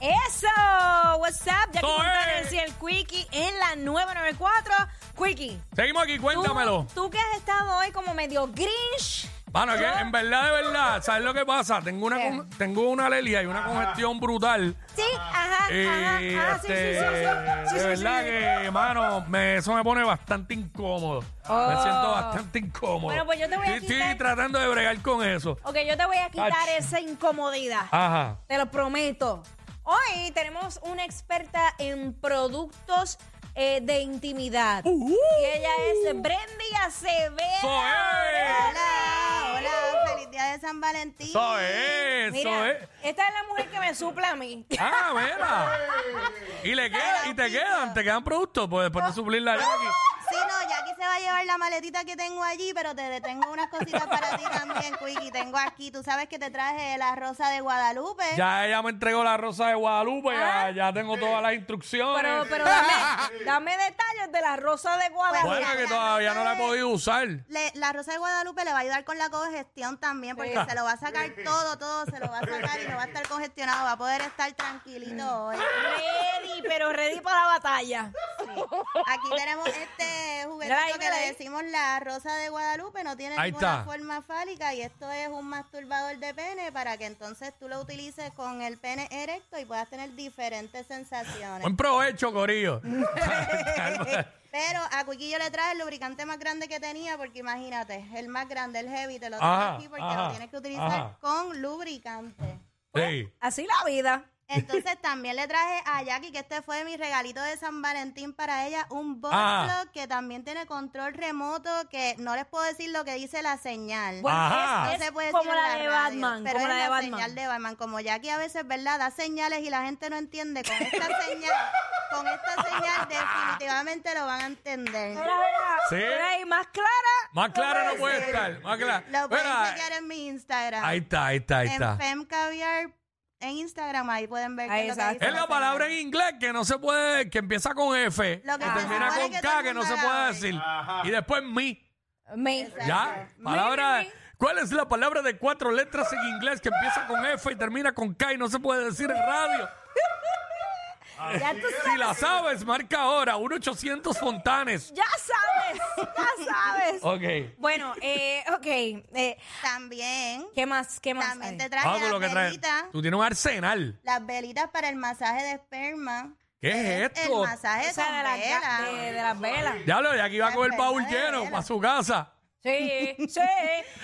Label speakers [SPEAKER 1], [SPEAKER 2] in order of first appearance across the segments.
[SPEAKER 1] Eso, what's up, Jackie
[SPEAKER 2] Soy.
[SPEAKER 1] Fontanes y el Quickie en la 994. Quickie,
[SPEAKER 2] Seguimos aquí,
[SPEAKER 1] tú,
[SPEAKER 2] cuéntamelo.
[SPEAKER 1] tú que has estado hoy como medio grinch.
[SPEAKER 2] Bueno, que en verdad, de verdad, ¿sabes lo que pasa? Tengo una,
[SPEAKER 1] ¿Qué?
[SPEAKER 2] con- tengo una alergia y una congestión brutal.
[SPEAKER 1] Sí, ajá,
[SPEAKER 2] Y
[SPEAKER 1] ajá, ajá, ah, sí,
[SPEAKER 2] este,
[SPEAKER 1] sí, sí, sí, sí,
[SPEAKER 2] de
[SPEAKER 1] sí,
[SPEAKER 2] verdad
[SPEAKER 1] sí.
[SPEAKER 2] que, hermano, eso me pone bastante incómodo. Me
[SPEAKER 1] Oh.
[SPEAKER 2] siento bastante incómodo.
[SPEAKER 1] Bueno, pues yo te voy a
[SPEAKER 2] Estoy-
[SPEAKER 1] quitar-
[SPEAKER 2] Estoy tratando de bregar con eso.
[SPEAKER 1] Ok, yo te voy a quitar
[SPEAKER 2] Ach. Ah.
[SPEAKER 1] esa incomodidad.
[SPEAKER 2] Ajá.
[SPEAKER 1] Te lo prometo. Hoy tenemos una experta en productos eh, de intimidad.
[SPEAKER 2] Uh.
[SPEAKER 1] Y ella es Brendy Acevedo.
[SPEAKER 2] ¡Soy!
[SPEAKER 3] Hola, hola, feliz día de San Valentín.
[SPEAKER 2] Eso es, eso
[SPEAKER 1] Mira,
[SPEAKER 2] es.
[SPEAKER 1] esta es la mujer que me supla a mí.
[SPEAKER 2] Ah, mira. Y le queda, y te quedan, te quedan productos, pues después
[SPEAKER 1] Oh.
[SPEAKER 2] de suplir la Jackie.
[SPEAKER 3] Sí, no, Jackie se va a llevar la maletita que tengo allí, pero te tengo unas cositas para ti también, Quickie. Tengo aquí, tú sabes que te traje la rosa de Guadalupe.
[SPEAKER 2] Ya ella me entregó la rosa de Guadalupe,
[SPEAKER 3] Ah.
[SPEAKER 2] ya, ya tengo todas las instrucciones.
[SPEAKER 1] Pero, pero dame, dame detalles de la rosa de Guadalupe.
[SPEAKER 2] bueno,
[SPEAKER 3] mira,
[SPEAKER 2] que
[SPEAKER 3] la
[SPEAKER 2] todavía no la he
[SPEAKER 3] rosa de-
[SPEAKER 2] podido usar.
[SPEAKER 3] Le- la rosa de Guadalupe le va a ayudar con la congestión también, porque se lo va a sacar todo, todo, se lo va a sacar y no va a estar congestionado, va a poder estar tranquilito hoy.
[SPEAKER 1] Ready, pero ready para la batalla.
[SPEAKER 3] Aquí tenemos este
[SPEAKER 1] Mira ahí,
[SPEAKER 3] juguetito que
[SPEAKER 1] mira ahí.
[SPEAKER 3] le decimos la rosa de Guadalupe, no tiene
[SPEAKER 2] Ahí
[SPEAKER 3] ninguna
[SPEAKER 2] está.
[SPEAKER 3] forma fálica y esto es un masturbador de pene para que entonces tú lo utilices con el pene erecto y puedas tener diferentes sensaciones.
[SPEAKER 2] Buen provecho, Corillo.
[SPEAKER 3] Pero a Cuiquillo le traje el lubricante más grande que tenía porque imagínate, el más grande, el heavy, te lo
[SPEAKER 2] Ajá,
[SPEAKER 3] traje aquí porque
[SPEAKER 2] ajá,
[SPEAKER 3] lo tienes que utilizar
[SPEAKER 2] ajá.
[SPEAKER 3] con lubricante.
[SPEAKER 2] sí.
[SPEAKER 1] Así la vida.
[SPEAKER 3] Entonces también le traje a Jackie, que este fue mi regalito de San Valentín para ella, un box
[SPEAKER 2] Ah.
[SPEAKER 3] lock que también tiene control remoto, que no les puedo decir lo que dice la señal.
[SPEAKER 1] Bueno,
[SPEAKER 2] Ajá.
[SPEAKER 1] es,
[SPEAKER 3] no
[SPEAKER 1] es
[SPEAKER 3] se puede decir
[SPEAKER 1] como
[SPEAKER 3] en
[SPEAKER 1] la, de
[SPEAKER 3] radio,
[SPEAKER 1] Batman,
[SPEAKER 3] pero
[SPEAKER 1] como
[SPEAKER 3] es
[SPEAKER 1] la de Batman.
[SPEAKER 3] señal de Batman. Como Jackie a veces, ¿verdad? Da señales y la gente no entiende. Con esta señal, con esta señal definitivamente lo van a entender.
[SPEAKER 1] Mira, mira,
[SPEAKER 2] Sí.
[SPEAKER 1] mira ahí, más clara.
[SPEAKER 2] Más clara no puede estar. Más clara.
[SPEAKER 3] Lo pueden
[SPEAKER 2] Mira,
[SPEAKER 3] chequear en mi Instagram.
[SPEAKER 2] ahí está, ahí está, ahí está.
[SPEAKER 3] En Fem Caviar, en Instagram, ahí pueden ver
[SPEAKER 1] Ahí
[SPEAKER 3] qué es lo que
[SPEAKER 1] exacto.
[SPEAKER 3] dice
[SPEAKER 2] Es la
[SPEAKER 3] señal.
[SPEAKER 2] palabra en inglés que no se puede, que empieza con F, que
[SPEAKER 3] Lo que se
[SPEAKER 2] termina
[SPEAKER 3] supone
[SPEAKER 2] con
[SPEAKER 3] que todo
[SPEAKER 2] K,
[SPEAKER 3] el
[SPEAKER 2] que no se
[SPEAKER 3] mundo
[SPEAKER 2] puede
[SPEAKER 3] la oye.
[SPEAKER 2] decir. Y después mi.
[SPEAKER 1] Me-
[SPEAKER 2] Ya,
[SPEAKER 3] Exacto.
[SPEAKER 2] palabra.
[SPEAKER 1] Mi, mi, mi.
[SPEAKER 2] ¿Cuál es la palabra de cuatro letras en inglés que empieza con F y termina con K y no se puede decir en radio?
[SPEAKER 1] Ya tú
[SPEAKER 2] Si la sabes, marca ahora 1-800 Fontanes.
[SPEAKER 1] Ya sabes, ya sabes.
[SPEAKER 2] Ok.
[SPEAKER 1] Bueno, eh, ok. eh,
[SPEAKER 3] También,
[SPEAKER 1] ¿Qué más? ¿Qué más?
[SPEAKER 3] también te
[SPEAKER 1] hay?
[SPEAKER 3] traje
[SPEAKER 2] Ah, tú
[SPEAKER 3] las
[SPEAKER 2] lo que traes-
[SPEAKER 3] velitas,
[SPEAKER 2] Tú tienes un arsenal.
[SPEAKER 3] las velitas para el masaje de esperma.
[SPEAKER 2] ¿Qué es
[SPEAKER 3] El
[SPEAKER 2] esto?
[SPEAKER 3] masaje
[SPEAKER 1] O sea,
[SPEAKER 3] con
[SPEAKER 1] de las, ga-
[SPEAKER 3] vela.
[SPEAKER 1] de- de las velas.
[SPEAKER 2] Diablo, y aquí va
[SPEAKER 1] pues,
[SPEAKER 2] con el baúl
[SPEAKER 3] Espera,
[SPEAKER 2] lleno
[SPEAKER 3] espera.
[SPEAKER 2] para su casa.
[SPEAKER 1] Sí, sí.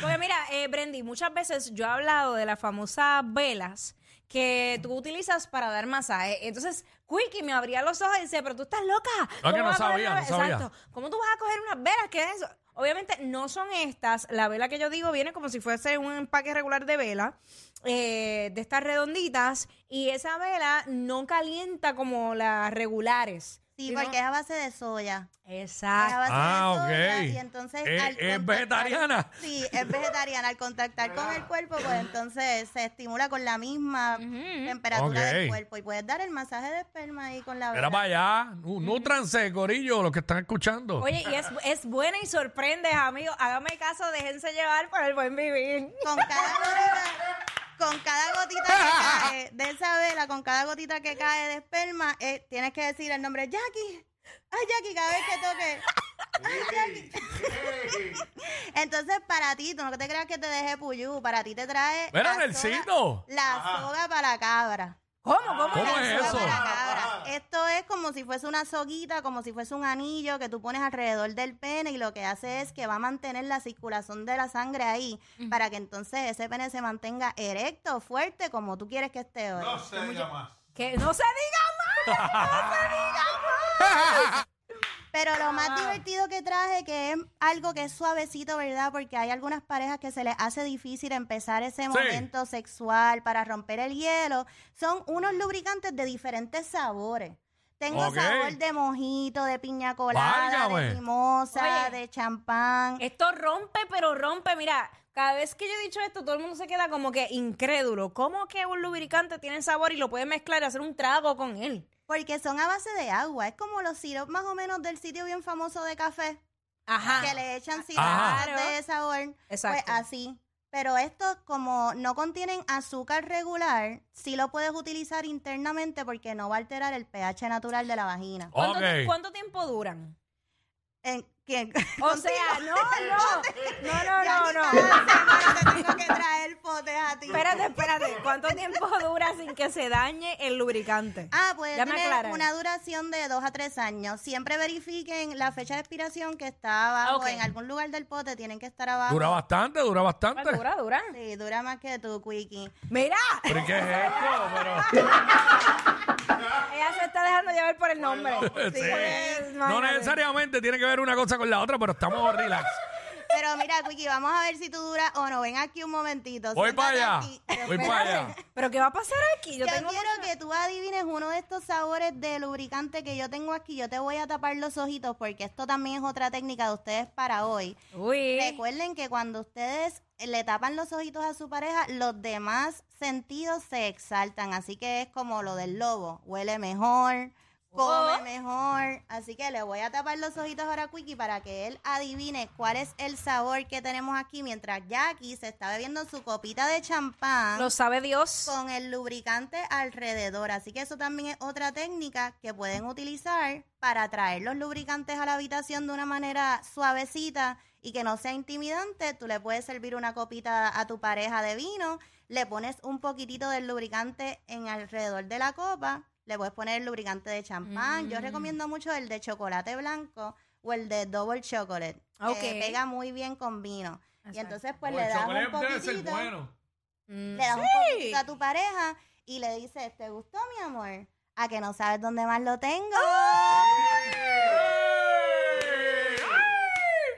[SPEAKER 1] Porque mira, eh, Brendy, muchas veces yo he hablado de las famosas velas que tú utilizas para dar masaje. Entonces, Quickie me abría los ojos y decía, pero tú estás loca.
[SPEAKER 2] Ah, que no
[SPEAKER 1] vas a coger
[SPEAKER 2] sabía,
[SPEAKER 1] una
[SPEAKER 2] no
[SPEAKER 1] ve-?"
[SPEAKER 2] sabía.
[SPEAKER 1] Exacto. ¿Cómo tú vas a coger unas velas? ¿Qué es eso? Obviamente no son estas. La vela que yo digo viene como si fuese un empaque regular de vela, eh, de estas redonditas, y esa vela no calienta como las regulares.
[SPEAKER 3] Sí,
[SPEAKER 1] sino-
[SPEAKER 3] porque es a base de soya. Es a
[SPEAKER 1] Exacto.
[SPEAKER 3] base
[SPEAKER 2] Ah,
[SPEAKER 3] de soya
[SPEAKER 2] ok.
[SPEAKER 3] Y entonces
[SPEAKER 2] ¿Es-
[SPEAKER 3] al
[SPEAKER 2] es
[SPEAKER 3] contactar-
[SPEAKER 2] vegetariana?
[SPEAKER 3] Sí, es vegetariana. Al contactar con el cuerpo, pues entonces se estimula con la misma temperatura
[SPEAKER 2] Ok.
[SPEAKER 3] del cuerpo. Y puedes dar el masaje de esperma ahí con la
[SPEAKER 2] Era
[SPEAKER 3] vela.
[SPEAKER 2] para allá. Nu- Nútranse, corillo, los que están escuchando.
[SPEAKER 1] Oye, y es, es buena y sorprende, amigos. Hágame caso, déjense llevar por el buen vivir.
[SPEAKER 3] Con cada gotita, con cada gotita que cae de esa vela, con cada gotita que cae de esperma, eh, tienes que decir el nombre Jackie. Ay, Jackie, cada vez que toque. Ay, Jackie. Entonces, para ti, tú no te creas que te deje puyú. Para ti te trae.
[SPEAKER 2] Mira,
[SPEAKER 3] la
[SPEAKER 2] Nelsito.
[SPEAKER 3] soga- La soga para cabra.
[SPEAKER 1] ¿Cómo?
[SPEAKER 3] Ah.
[SPEAKER 1] ¿Cómo,
[SPEAKER 2] ¿Cómo
[SPEAKER 1] la-
[SPEAKER 2] es
[SPEAKER 3] Soga
[SPEAKER 2] eso?
[SPEAKER 3] para cabra. Esto es como si fuese una soguita, como si fuese un anillo que tú pones alrededor del pene y lo que hace es que va a mantener la circulación de la sangre ahí para que entonces ese pene se mantenga erecto, fuerte, como tú quieres que esté hoy.
[SPEAKER 4] No se diga más.
[SPEAKER 1] Que no se diga más.
[SPEAKER 3] Pero lo más divertido que traje, que es algo que es suavecito, ¿verdad? Porque hay algunas parejas que se les hace difícil empezar ese momento sexual para romper el hielo. Son unos lubricantes de diferentes sabores. Tengo
[SPEAKER 2] Ok.
[SPEAKER 3] sabor de mojito, de piña colada,
[SPEAKER 2] Válgame.
[SPEAKER 3] de mimosa,
[SPEAKER 1] Oye.
[SPEAKER 3] de champán.
[SPEAKER 1] Esto rompe, pero rompe. Mira, cada vez que yo he dicho esto, todo el mundo se queda como que incrédulo. ¿Cómo que un lubricante tiene sabor y lo puedes mezclar y hacer un trago con él?
[SPEAKER 3] Porque son a base de agua. Es como los sirops más o menos del sitio bien famoso de café.
[SPEAKER 1] Ajá.
[SPEAKER 3] que le echan
[SPEAKER 2] Ajá.
[SPEAKER 3] sirope de sabor.
[SPEAKER 1] Exacto.
[SPEAKER 3] Pues así. Pero estos, como no contienen azúcar regular, sí lo puedes utilizar internamente porque no va a alterar el pH natural de la vagina.
[SPEAKER 1] ¿Cuánto,
[SPEAKER 2] Ok.
[SPEAKER 1] cuánto tiempo duran?
[SPEAKER 3] En- ¿quién?
[SPEAKER 1] O sea, no, no. No,
[SPEAKER 3] Ya
[SPEAKER 1] no,
[SPEAKER 3] ni
[SPEAKER 1] no, no.
[SPEAKER 3] cada semana te tengo que traer potes a ti.
[SPEAKER 1] Espérate, espérate. ¿Cuánto tiempo dura sin que se dañe el lubricante?
[SPEAKER 3] Ah, puede
[SPEAKER 1] Ya me
[SPEAKER 3] tener
[SPEAKER 1] aclararon.
[SPEAKER 3] una duración de dos a tres años. Siempre verifiquen la fecha de expiración que está abajo.
[SPEAKER 1] Ok.
[SPEAKER 3] En algún lugar del pote tienen que estar abajo.
[SPEAKER 2] Dura bastante, dura bastante.
[SPEAKER 1] Dura, dura.
[SPEAKER 3] Sí, dura más que tú, Quickie.
[SPEAKER 1] Mira,
[SPEAKER 2] ¿Pero ¿y qué es esto? Pero-
[SPEAKER 1] ella se está dejando llevar por el nombre.
[SPEAKER 2] Sí.
[SPEAKER 1] Pues,
[SPEAKER 2] No
[SPEAKER 1] imagínate.
[SPEAKER 2] necesariamente tiene que ver una cosa con la otra, pero estamos relax.
[SPEAKER 3] Pero mira, Quickie, vamos a ver si tú duras o no. Ven aquí un momentito.
[SPEAKER 2] Voy
[SPEAKER 3] Siéntate
[SPEAKER 2] para allá.
[SPEAKER 3] aquí.
[SPEAKER 2] Voy para
[SPEAKER 1] Espérate, pues
[SPEAKER 2] allá.
[SPEAKER 1] ¿Pero qué va a pasar aquí?
[SPEAKER 3] Yo,
[SPEAKER 1] Yo tengo
[SPEAKER 3] quiero que tú adivines uno de estos sabores de lubricante que yo tengo aquí. Yo te voy a tapar los ojitos porque esto también es otra técnica de ustedes para hoy.
[SPEAKER 1] Uy.
[SPEAKER 3] Recuerden que cuando ustedes eh, le tapan los ojitos a su pareja, los demás sentidos se exaltan. Así que es como lo del lobo. Huele mejor, come
[SPEAKER 1] Oh.
[SPEAKER 3] mejor. Así que le voy a tapar los ojitos ahora a Quickie para que él adivine cuál es el sabor que tenemos aquí mientras Jackie se está bebiendo su copita de champán
[SPEAKER 1] Lo sabe Dios.
[SPEAKER 3] con el lubricante alrededor. Así que eso también es otra técnica que pueden utilizar para traer los lubricantes a la habitación de una manera suavecita y que no sea intimidante. Tú le puedes servir una copita a tu pareja de vino, le pones un poquitito del lubricante en alrededor de la copa, le puedes poner el lubricante de champán. Yo
[SPEAKER 1] Mm.
[SPEAKER 3] recomiendo mucho el de chocolate blanco o el de double chocolate, que
[SPEAKER 1] Ok.
[SPEAKER 3] pega muy bien con vino. Y
[SPEAKER 1] Exacto.
[SPEAKER 3] entonces pues le das un poquitito
[SPEAKER 1] Mm.
[SPEAKER 3] le das un
[SPEAKER 1] Sí.
[SPEAKER 3] poquito a tu pareja y le dices, ¿te gustó, mi amor? A que no sabes dónde más lo tengo.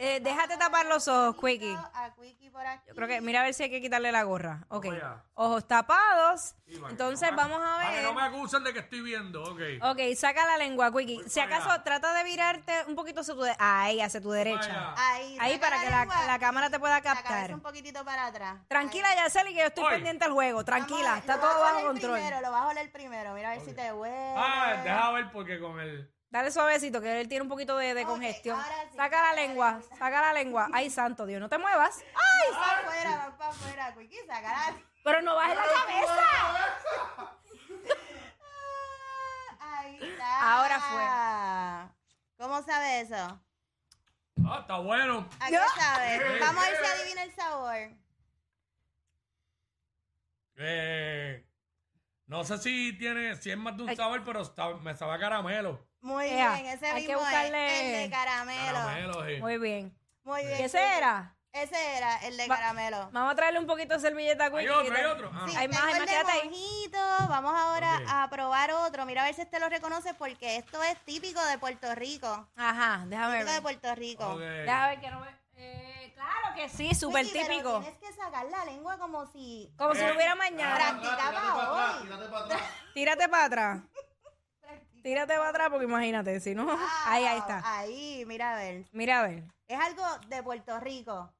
[SPEAKER 1] Eh, déjate tapar los ojos, Quickie.
[SPEAKER 3] A Quickie por aquí.
[SPEAKER 1] Yo creo que, mira a ver si hay que quitarle la gorra. Ok.
[SPEAKER 2] Vamos allá.
[SPEAKER 1] Ojos tapados. Entonces vamos a ver.
[SPEAKER 2] acusan de que estoy viendo, ok.
[SPEAKER 1] Ok, saca la lengua, Quickie. Si
[SPEAKER 2] para
[SPEAKER 1] acaso
[SPEAKER 2] allá.
[SPEAKER 1] trata de virarte un poquito hacia tu, de- ahí, hacia tu derecha.
[SPEAKER 2] allá.
[SPEAKER 3] Ahí,
[SPEAKER 1] Ahí
[SPEAKER 3] saca
[SPEAKER 1] para que la,
[SPEAKER 3] lengua,
[SPEAKER 1] la cámara te pueda
[SPEAKER 3] la cabeza
[SPEAKER 1] captar.
[SPEAKER 3] un poquitito para atrás.
[SPEAKER 1] Tranquila, Yaceli, que yo estoy
[SPEAKER 2] Voy.
[SPEAKER 1] pendiente al juego.
[SPEAKER 3] Ahí.
[SPEAKER 1] Tranquila,
[SPEAKER 3] eh. Vamos,
[SPEAKER 1] está
[SPEAKER 3] lo
[SPEAKER 1] todo
[SPEAKER 3] vas a
[SPEAKER 1] bajo
[SPEAKER 3] oler
[SPEAKER 1] control.
[SPEAKER 3] Primero, lo vas a oler primero, mira a ver si te huele.
[SPEAKER 2] Ah, ver porque con el...
[SPEAKER 1] Dale suavecito, que él tiene un poquito de, de
[SPEAKER 3] Ok,
[SPEAKER 1] congestión.
[SPEAKER 3] ahora
[SPEAKER 1] saca
[SPEAKER 3] sí,
[SPEAKER 1] la
[SPEAKER 3] saca la
[SPEAKER 1] lengua, saca la lengua. Ay, santo Dios, no te muevas.
[SPEAKER 3] ¡Ay, para afuera, va para afuera, Quickie, sacarás.
[SPEAKER 1] Pero no bajes la cabeza.
[SPEAKER 3] Ahí está.
[SPEAKER 1] Ahora
[SPEAKER 3] fue. ¿Cómo sabe eso?
[SPEAKER 2] Ah, está bueno.
[SPEAKER 3] ¿A qué sabe? Vamos a ver si adivina el sabor.
[SPEAKER 2] Eh, no sé si tiene, si es más de un
[SPEAKER 1] Ay.
[SPEAKER 2] sabor, pero está- me sabe a caramelo.
[SPEAKER 3] Muy
[SPEAKER 1] Ea,
[SPEAKER 3] bien, ese
[SPEAKER 1] hay que
[SPEAKER 3] mismo es,
[SPEAKER 1] buscarle-
[SPEAKER 3] el de caramelo.
[SPEAKER 2] Caramelo, sí.
[SPEAKER 1] Muy bien.
[SPEAKER 3] Muy bien.
[SPEAKER 1] ¿Qué será?
[SPEAKER 3] Ese era el de
[SPEAKER 1] Va-
[SPEAKER 3] caramelo.
[SPEAKER 1] Vamos a traerle un poquito de servilleta a
[SPEAKER 2] Hay
[SPEAKER 1] Quickie,
[SPEAKER 2] otro,
[SPEAKER 1] que
[SPEAKER 2] hay
[SPEAKER 1] te-
[SPEAKER 2] otro. Ah,
[SPEAKER 3] Sí,
[SPEAKER 1] Hay
[SPEAKER 3] tengo
[SPEAKER 1] más, hay
[SPEAKER 3] el
[SPEAKER 1] más,
[SPEAKER 3] de
[SPEAKER 1] quédate ahí.
[SPEAKER 3] mojito. Vamos ahora
[SPEAKER 2] Ok.
[SPEAKER 3] a probar otro. Mira a ver si este lo reconoce porque esto es típico de Puerto Rico.
[SPEAKER 1] Ajá, déjame
[SPEAKER 3] Típico de
[SPEAKER 1] ver.
[SPEAKER 3] Puerto Rico.
[SPEAKER 2] ok.
[SPEAKER 1] Déjame ver que no ve- Eh, claro que sí, súper
[SPEAKER 3] Wiki, pero
[SPEAKER 1] típico.
[SPEAKER 3] Tienes que sacar la lengua como si
[SPEAKER 1] Como si
[SPEAKER 2] Eh,
[SPEAKER 1] no hubiera mañana.
[SPEAKER 3] practicaba hoy.
[SPEAKER 1] Tírate para atrás. Tírate para atrás porque imagínate, si no. Ahí, ahí está.
[SPEAKER 3] Ahí, mira a ver.
[SPEAKER 1] Mira a ver.
[SPEAKER 3] Es algo de Puerto Rico.
[SPEAKER 2] A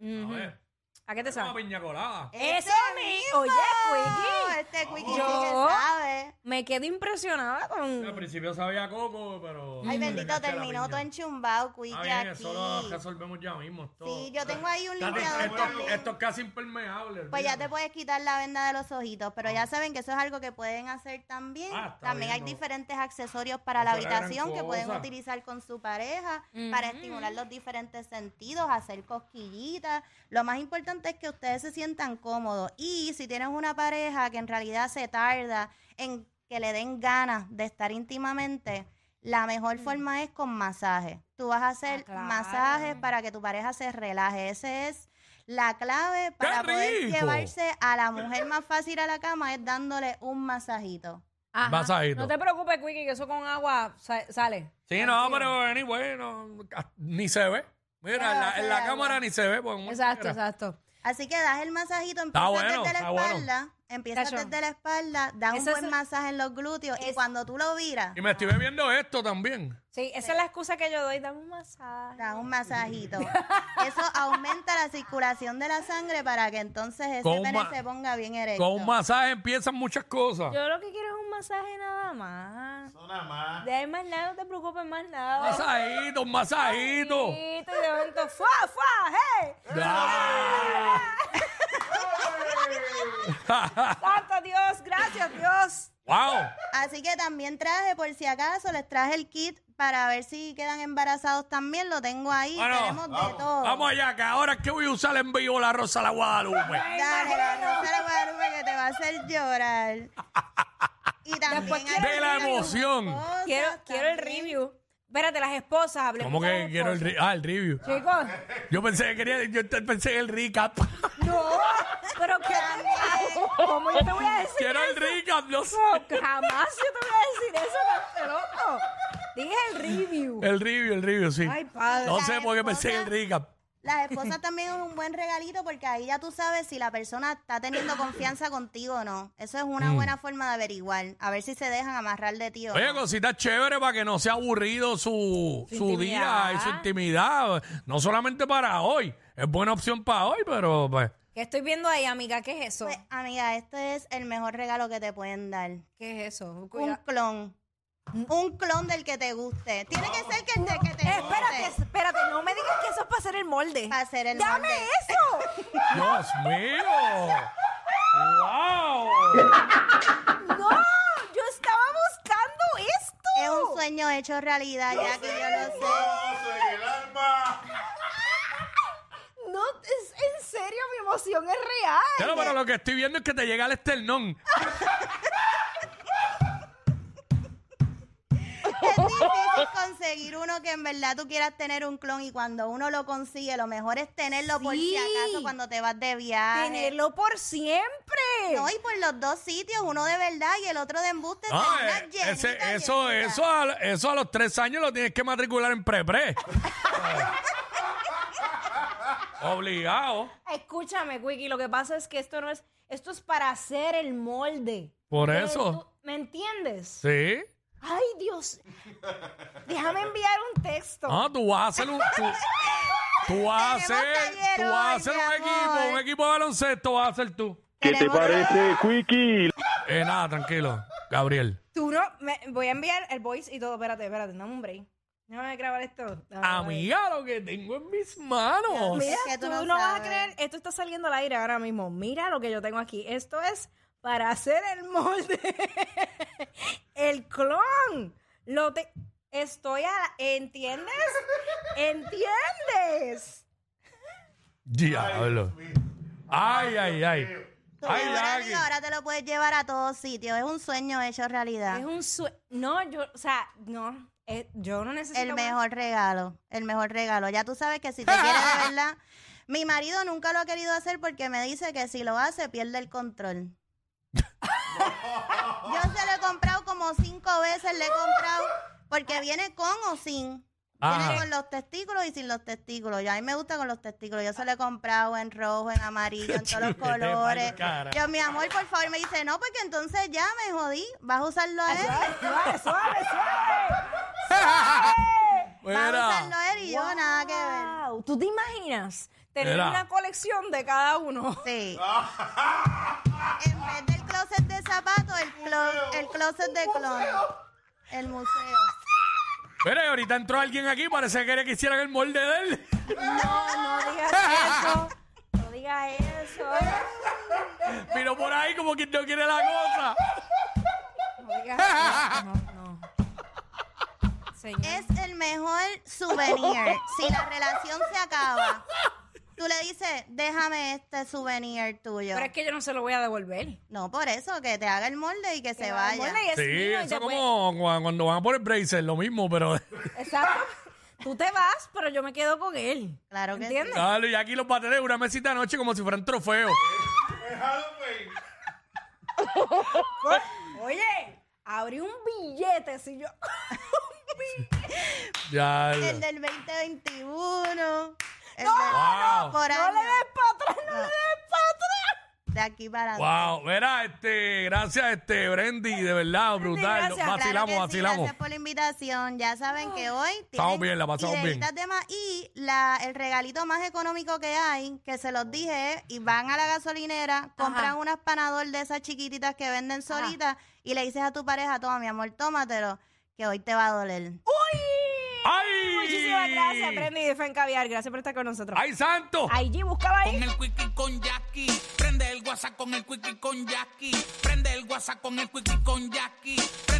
[SPEAKER 1] Ujú.
[SPEAKER 2] ver,
[SPEAKER 1] Mm. ¿A qué te
[SPEAKER 2] es una
[SPEAKER 1] sabe?
[SPEAKER 2] piña colada.
[SPEAKER 1] ¡Eso
[SPEAKER 3] mismo!
[SPEAKER 1] Oye, Quickie.
[SPEAKER 3] Este Quickie sí que
[SPEAKER 1] Yo-
[SPEAKER 3] sabe.
[SPEAKER 1] Me quedo impresionada
[SPEAKER 2] Al
[SPEAKER 1] con.
[SPEAKER 2] principio sabía a coco, pero...
[SPEAKER 3] Ay,
[SPEAKER 2] le
[SPEAKER 3] bendito,
[SPEAKER 2] caché la
[SPEAKER 3] terminó todo
[SPEAKER 2] piña.
[SPEAKER 3] enchumbado, Quickie,
[SPEAKER 2] Ah, bien,
[SPEAKER 3] aquí.
[SPEAKER 2] eso lo resolvemos ya mismo. esto-
[SPEAKER 3] Sí, yo tengo ahí un
[SPEAKER 2] Está-
[SPEAKER 3] limpiador
[SPEAKER 2] Esto,
[SPEAKER 3] también.
[SPEAKER 2] esto es casi impermeable.
[SPEAKER 3] Pues ya
[SPEAKER 2] olvídate.
[SPEAKER 3] te puedes quitar la venda de los ojitos, pero ya saben que eso es algo que pueden hacer también.
[SPEAKER 2] Ah, está
[SPEAKER 3] también
[SPEAKER 2] bien,
[SPEAKER 3] hay
[SPEAKER 2] no.
[SPEAKER 3] diferentes accesorios para la
[SPEAKER 2] Eso es la gran
[SPEAKER 3] habitación que pueden
[SPEAKER 2] cosa.
[SPEAKER 3] utilizar con su pareja para
[SPEAKER 1] Ujú.
[SPEAKER 3] estimular los diferentes sentidos, hacer cosquillitas. Lo más importante es que ustedes se sientan cómodos y si tienes una pareja que en realidad se tarda en que le den ganas de estar íntimamente, la mejor forma es con masaje. Tú vas a hacer
[SPEAKER 1] Mm. Ah, claro.
[SPEAKER 3] masajes para que tu pareja se relaje. Ese es la clave para poder
[SPEAKER 2] rico!
[SPEAKER 3] llevarse a la mujer más fácil a la cama es dándole un masajito.
[SPEAKER 1] Ajá.
[SPEAKER 2] Masajito.
[SPEAKER 1] No te preocupes, Quickie, que eso con agua sa- sale.
[SPEAKER 2] Sí, no, pero anyway, no, ah, ni se ve. Mira, en la, en la cámara ni se ve. pues, como
[SPEAKER 1] Exacto,
[SPEAKER 2] quiera.
[SPEAKER 1] exacto.
[SPEAKER 3] Así que das el masajito, empiezas
[SPEAKER 2] bueno,
[SPEAKER 3] desde la
[SPEAKER 2] está bueno.
[SPEAKER 3] espalda, empiezas
[SPEAKER 1] Tacho.
[SPEAKER 3] desde la espalda, das un
[SPEAKER 1] Eso
[SPEAKER 3] buen
[SPEAKER 1] es-
[SPEAKER 3] masaje en los glúteos y
[SPEAKER 1] es-
[SPEAKER 3] cuando tú lo viras,
[SPEAKER 2] Y me estoy bebiendo esto también.
[SPEAKER 1] Sí, esa es la excusa que yo doy. Dame un masaje.
[SPEAKER 3] das un masajito. Eso aumenta la circulación de la sangre para que entonces ese
[SPEAKER 2] Con un
[SPEAKER 3] pene
[SPEAKER 2] ma-
[SPEAKER 3] se ponga bien erecto.
[SPEAKER 2] Con un masaje empiezan muchas cosas.
[SPEAKER 1] Yo lo que quiero es un masaje nada más.
[SPEAKER 4] No, nada más.
[SPEAKER 1] De ahí más nada, no te preocupes más nada.
[SPEAKER 2] Masajito, un masajito.
[SPEAKER 1] Y de momento, ¡fua, fua! ¡Hey!
[SPEAKER 2] Ah.
[SPEAKER 1] ¡Santo Dios! ¡Gracias, Dios!
[SPEAKER 2] ¡Wow!
[SPEAKER 3] Así que también traje, por si acaso, les traje el kit para ver si quedan embarazados también. Lo tengo ahí.
[SPEAKER 2] Bueno,
[SPEAKER 3] Tenemos de todo.
[SPEAKER 2] Vamos allá, que ahora es que voy a usar en vivo la Rosa de la Guadalupe.
[SPEAKER 3] Dale, la Rosa de Guadalupe que te va a hacer llorar. Y
[SPEAKER 1] Después
[SPEAKER 3] también
[SPEAKER 1] quiero
[SPEAKER 2] De la
[SPEAKER 3] algunas
[SPEAKER 2] emoción.
[SPEAKER 3] cosas
[SPEAKER 1] Quiero, quiero el
[SPEAKER 3] también.
[SPEAKER 1] review. Espérate, las esposas. hablemos
[SPEAKER 2] ¿Cómo
[SPEAKER 1] de las
[SPEAKER 2] que quiero el
[SPEAKER 1] esposas.
[SPEAKER 2] re- ah, el review?
[SPEAKER 1] Chicos,
[SPEAKER 2] Yo pensé que quería, yo te- pensé en el recap.
[SPEAKER 1] no. Pero que ¿Cómo yo te voy a decir
[SPEAKER 2] quiero el recap, no sé.
[SPEAKER 1] eso? Jamás yo te voy a decir eso, Casteloco. Dije el review.
[SPEAKER 2] El review, el review, sí.
[SPEAKER 1] Ay, padre.
[SPEAKER 2] No sé por qué
[SPEAKER 3] La
[SPEAKER 2] pensé en el
[SPEAKER 3] esposa-
[SPEAKER 2] recap.
[SPEAKER 3] Las esposas también es un buen regalito porque ahí ya tú sabes si la persona está teniendo confianza contigo o no. Eso es
[SPEAKER 1] Mm.
[SPEAKER 3] una buena forma de averiguar. A ver si se dejan amarrar de ti o
[SPEAKER 2] Oye,
[SPEAKER 3] no.
[SPEAKER 2] cositas chéveres para que no sea aburrido su,
[SPEAKER 1] Su
[SPEAKER 2] su
[SPEAKER 1] intimidad.
[SPEAKER 2] día y su intimidad. No solamente para hoy. Es buena opción para hoy, pero pues.
[SPEAKER 1] ¿Qué estoy viendo ahí, amiga? ¿Qué es eso?
[SPEAKER 3] Pues, amiga, este es el mejor regalo que te pueden dar.
[SPEAKER 1] ¿Qué es eso?
[SPEAKER 3] Un
[SPEAKER 1] Cuida-
[SPEAKER 3] clon. Un clon del que te guste. Tiene que ser que, el de- que te
[SPEAKER 1] Eh,
[SPEAKER 3] guste.
[SPEAKER 1] espérate, espérate. No me digas que eso es para hacer el molde.
[SPEAKER 3] Para hacer el
[SPEAKER 1] ¡Dame
[SPEAKER 3] molde.
[SPEAKER 1] eso!
[SPEAKER 2] ¡Dios mío! ¡Wow!
[SPEAKER 1] ¡No! Yo estaba buscando esto.
[SPEAKER 3] Es un sueño hecho realidad, ya que yo lo sé.
[SPEAKER 4] Gozo en el alma.
[SPEAKER 1] No, es en serio, mi emoción es real.
[SPEAKER 2] Claro, pero lo que estoy viendo es que te llega el esternón.
[SPEAKER 3] Es difícil conseguir uno que en verdad tú quieras tener un clon y cuando uno lo consigue, lo mejor es tenerlo por
[SPEAKER 1] Sí.
[SPEAKER 3] si acaso cuando te vas de viaje.
[SPEAKER 1] Tenerlo por siempre.
[SPEAKER 3] No, y por los dos sitios, uno de verdad y el otro de embuste.
[SPEAKER 2] Ah,
[SPEAKER 3] terminas
[SPEAKER 2] eh,
[SPEAKER 3] llenita,
[SPEAKER 2] ese- eso,
[SPEAKER 3] llenita.
[SPEAKER 2] eso, a, eso a los tres años lo tienes que matricular en pre-pre. Obligado.
[SPEAKER 1] Escúchame, Wiki, lo que pasa es que esto no es. Esto es para hacer el molde.
[SPEAKER 2] Por
[SPEAKER 1] De
[SPEAKER 2] eso.
[SPEAKER 1] tu- ¿Me entiendes?
[SPEAKER 2] Sí.
[SPEAKER 1] Ay, Dios. Déjame enviar un texto.
[SPEAKER 2] Ah, tú vas a hacer un. Tú, tú vas a
[SPEAKER 3] Tenemos
[SPEAKER 2] hacer.
[SPEAKER 3] taller
[SPEAKER 2] Tú vas a
[SPEAKER 3] hoy,
[SPEAKER 2] hacer un
[SPEAKER 3] mi amor.
[SPEAKER 2] equipo, un equipo de baloncesto vas a hacer tú.
[SPEAKER 5] ¿Qué te
[SPEAKER 3] Tenemos-
[SPEAKER 5] parece, Quickie?
[SPEAKER 2] Eh, nada, tranquilo, Gabriel.
[SPEAKER 1] Tú no. me- voy a enviar el voice y todo. Espérate, espérate, dame un break. Déjame grabar esto. Dame,
[SPEAKER 2] Ah, Amiga, lo que tengo en mis manos.
[SPEAKER 3] Mira,
[SPEAKER 1] Mira,
[SPEAKER 3] Es que
[SPEAKER 1] tú,
[SPEAKER 3] tú
[SPEAKER 1] no,
[SPEAKER 3] no
[SPEAKER 1] vas a
[SPEAKER 3] sabes.
[SPEAKER 1] creer, esto está saliendo al aire ahora mismo. Mira lo que yo tengo aquí. Esto es para hacer el molde. el clon. Lo te- Estoy a... la- ¿Entiendes? ¿Entiendes?
[SPEAKER 2] Diablo. Ay, ay, ay.
[SPEAKER 3] Tu
[SPEAKER 2] Ay,
[SPEAKER 3] mejor
[SPEAKER 2] Jackie.
[SPEAKER 3] amigo ahora te lo puedes llevar a todos sitios. Es un sueño hecho realidad.
[SPEAKER 1] Es un sueño. No, yo, o sea, no. Eh, yo no necesito...
[SPEAKER 3] El
[SPEAKER 1] más.
[SPEAKER 3] mejor regalo, el mejor regalo. Ya tú sabes que si te quieres de verdad. Mi marido nunca lo ha querido hacer porque me dice que si lo hace pierde el control. Yo se lo he comprado como cinco veces, le he comprado porque viene con o sin.
[SPEAKER 2] Ajá.
[SPEAKER 3] Viene con los testículos y sin los testículos. Yo, a mí me gusta con los testículos. Yo se lo he comprado en rojo, en amarillo, en todos los
[SPEAKER 2] Chulete,
[SPEAKER 3] colores.
[SPEAKER 2] vaya cara.
[SPEAKER 3] Yo, mi amor, por favor, me dice, no, porque entonces ya me jodí. Vas a usarlo a él.
[SPEAKER 1] Suave, suave, suave, suave.
[SPEAKER 3] Vas a usarlo
[SPEAKER 2] Mira.
[SPEAKER 3] a él y yo, nada que ver.
[SPEAKER 1] Wow. ¿Tú te imaginas tener
[SPEAKER 2] Mira.
[SPEAKER 1] una colección de cada uno?
[SPEAKER 3] Sí. en vez del closet de zapatos, el, clo- el closet de clon. El museo.
[SPEAKER 2] Mira, y ahorita entró alguien aquí, parece que quería que hicieran el molde de él.
[SPEAKER 1] No, no digas eso. No digas eso.
[SPEAKER 2] Pero por ahí como quien no quiere la cosa.
[SPEAKER 1] No digas eso. No, no. Señor.
[SPEAKER 3] Es el mejor souvenir. Si la relación se acaba, tú le dices, déjame este souvenir tuyo.
[SPEAKER 1] Pero es que yo no se lo voy a devolver.
[SPEAKER 3] No, por eso, que te haga el molde y que se
[SPEAKER 1] va,
[SPEAKER 3] vaya.
[SPEAKER 1] mole, y es
[SPEAKER 2] Sí,
[SPEAKER 1] mío, y
[SPEAKER 2] eso
[SPEAKER 1] te voy-
[SPEAKER 2] como cua- cuando van a por el bracer, lo mismo, pero...
[SPEAKER 1] Exacto. Tú te vas, pero yo me quedo con él.
[SPEAKER 3] Claro que sí.
[SPEAKER 1] ¿Entiendes?
[SPEAKER 2] Dale, y aquí los va a tener una mesita de noche como si fueran trofeos.
[SPEAKER 4] Es Halloween.
[SPEAKER 1] Oye, abrí un billete si yo.
[SPEAKER 2] Ya.
[SPEAKER 3] El del 2021. el del-
[SPEAKER 2] Wow.
[SPEAKER 3] por
[SPEAKER 1] no
[SPEAKER 3] año.
[SPEAKER 1] le des para atrás, no, le des para atrás.
[SPEAKER 3] de aquí para
[SPEAKER 2] Wow, verá, este, gracias, este, Brendy, de verdad, brutal.
[SPEAKER 1] gracias,
[SPEAKER 3] Claro
[SPEAKER 2] vacilamos,
[SPEAKER 3] que sí,
[SPEAKER 2] vacilamos. Ah.
[SPEAKER 3] gracias por la invitación. Ya saben que hoy tienen
[SPEAKER 2] bien, la pasamos bien.
[SPEAKER 3] ideitas de más. Y la, el regalito más económico que hay, que se los dije, es, y van a la gasolinera, compran unas panador de esas chiquititas que venden solitas y le dices a tu pareja, toma mi amor, tómatelo, que hoy te va a doler.
[SPEAKER 2] ¡Ay!
[SPEAKER 1] Muchísimas gracias, Brendy de Fen Caviar. Gracias por estar con nosotros.
[SPEAKER 2] ¡Ay, santo!
[SPEAKER 1] Ay, G, buscaba ahí.
[SPEAKER 5] Con el quickie con Jackie, prende el WhatsApp con el quickie con Jackie, prende el WhatsApp con el quickie con Jackie, prende